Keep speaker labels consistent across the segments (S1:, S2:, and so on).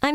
S1: I'm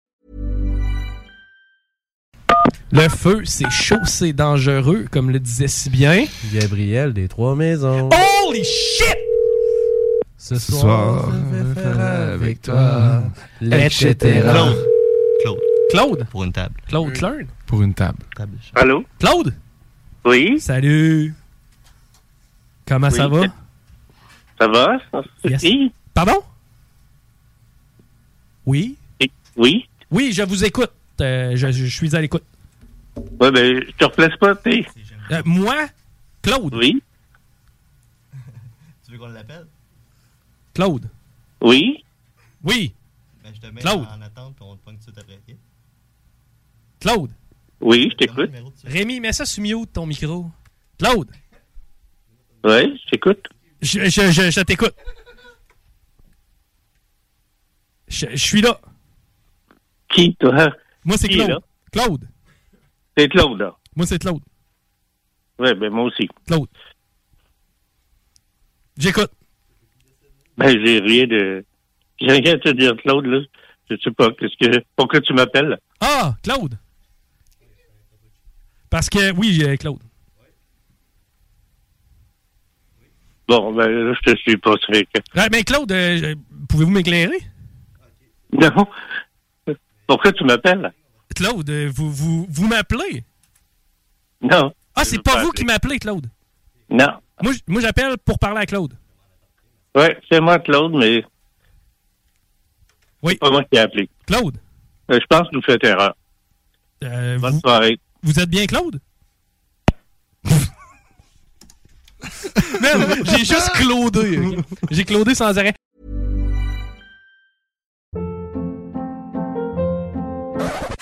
S2: Le feu, c'est chaud, c'est dangereux, comme le disait si bien.
S3: Gabriel des Trois Maisons.
S2: Holy shit!
S3: Ce soir, je vais faire avec toi, etc.
S2: Claude.
S4: Claude,
S2: Claude.
S4: pour une table.
S2: Claude Claude.
S5: pour une table.
S4: Table.
S6: Allô?
S2: Claude.
S6: Oui,
S2: Salut. Comment ça va?
S6: Oui. ça va?
S2: Yes.
S6: Oui?
S2: Pardon? Oui.
S6: Oui?
S2: Oui, je vous écoute. Euh, je, je suis à l'écoute.
S6: Ouais, ben, je te replace pas, t'es.
S2: Euh, moi, Claude.
S6: Oui?
S4: Tu veux qu'on l'appelle?
S2: Claude.
S6: Oui?
S2: Oui.
S4: Ben, je te mets
S2: Claude.
S4: en attente puis on te pogne tout de suite après. ok?
S2: Claude.
S6: Oui, je
S4: Donne-moi le
S6: t'écoute.
S4: numéro de suite.
S2: Rémi, mets ça sous mute, ton micro. Claude.
S6: Oui, je t'écoute.
S2: Je, je, je, je t'écoute. Je, je suis là.
S6: Qui, toi?
S2: Moi, c'est
S6: Qui est là?
S2: Claude. Claude.
S6: C'est Claude, là.
S2: Moi, c'est Claude.
S6: Ouais, ben, moi aussi.
S2: Claude. J'écoute.
S6: Ben, j'ai rien de. J'ai rien à te dire, Claude, là. Je sais pas, qu'est-ce que. Pourquoi tu m'appelles?
S2: Ah, Claude. Parce que, oui, j'ai- Claude.
S6: Bon, ben, là, je te suis pas sûr que.
S2: Ouais, mais Claude, euh, je- pouvez-vous m'éclairer?
S6: Non? Pourquoi tu m'appelles?
S2: Claude, euh, vous, vous, vous m'appelez.
S6: Non.
S2: Ah,
S6: Je
S2: c'est
S6: veux
S2: pas vous
S6: appeler.
S2: qui m'appelez, Claude.
S6: Non.
S2: Moi, j- moi j'appelle pour parler à Claude.
S6: Ouais, c'est moi, Claude, mais.
S2: Oui.
S6: C'est pas moi qui ai appelé.
S2: Claude,
S6: Euh, Je pense que vous faites erreur.
S2: euh,
S6: Bonne
S2: vous,
S6: soirée.
S2: vous êtes bien Claude? Man, j'ai juste claudé. ok? J'ai claudé sans arrêt.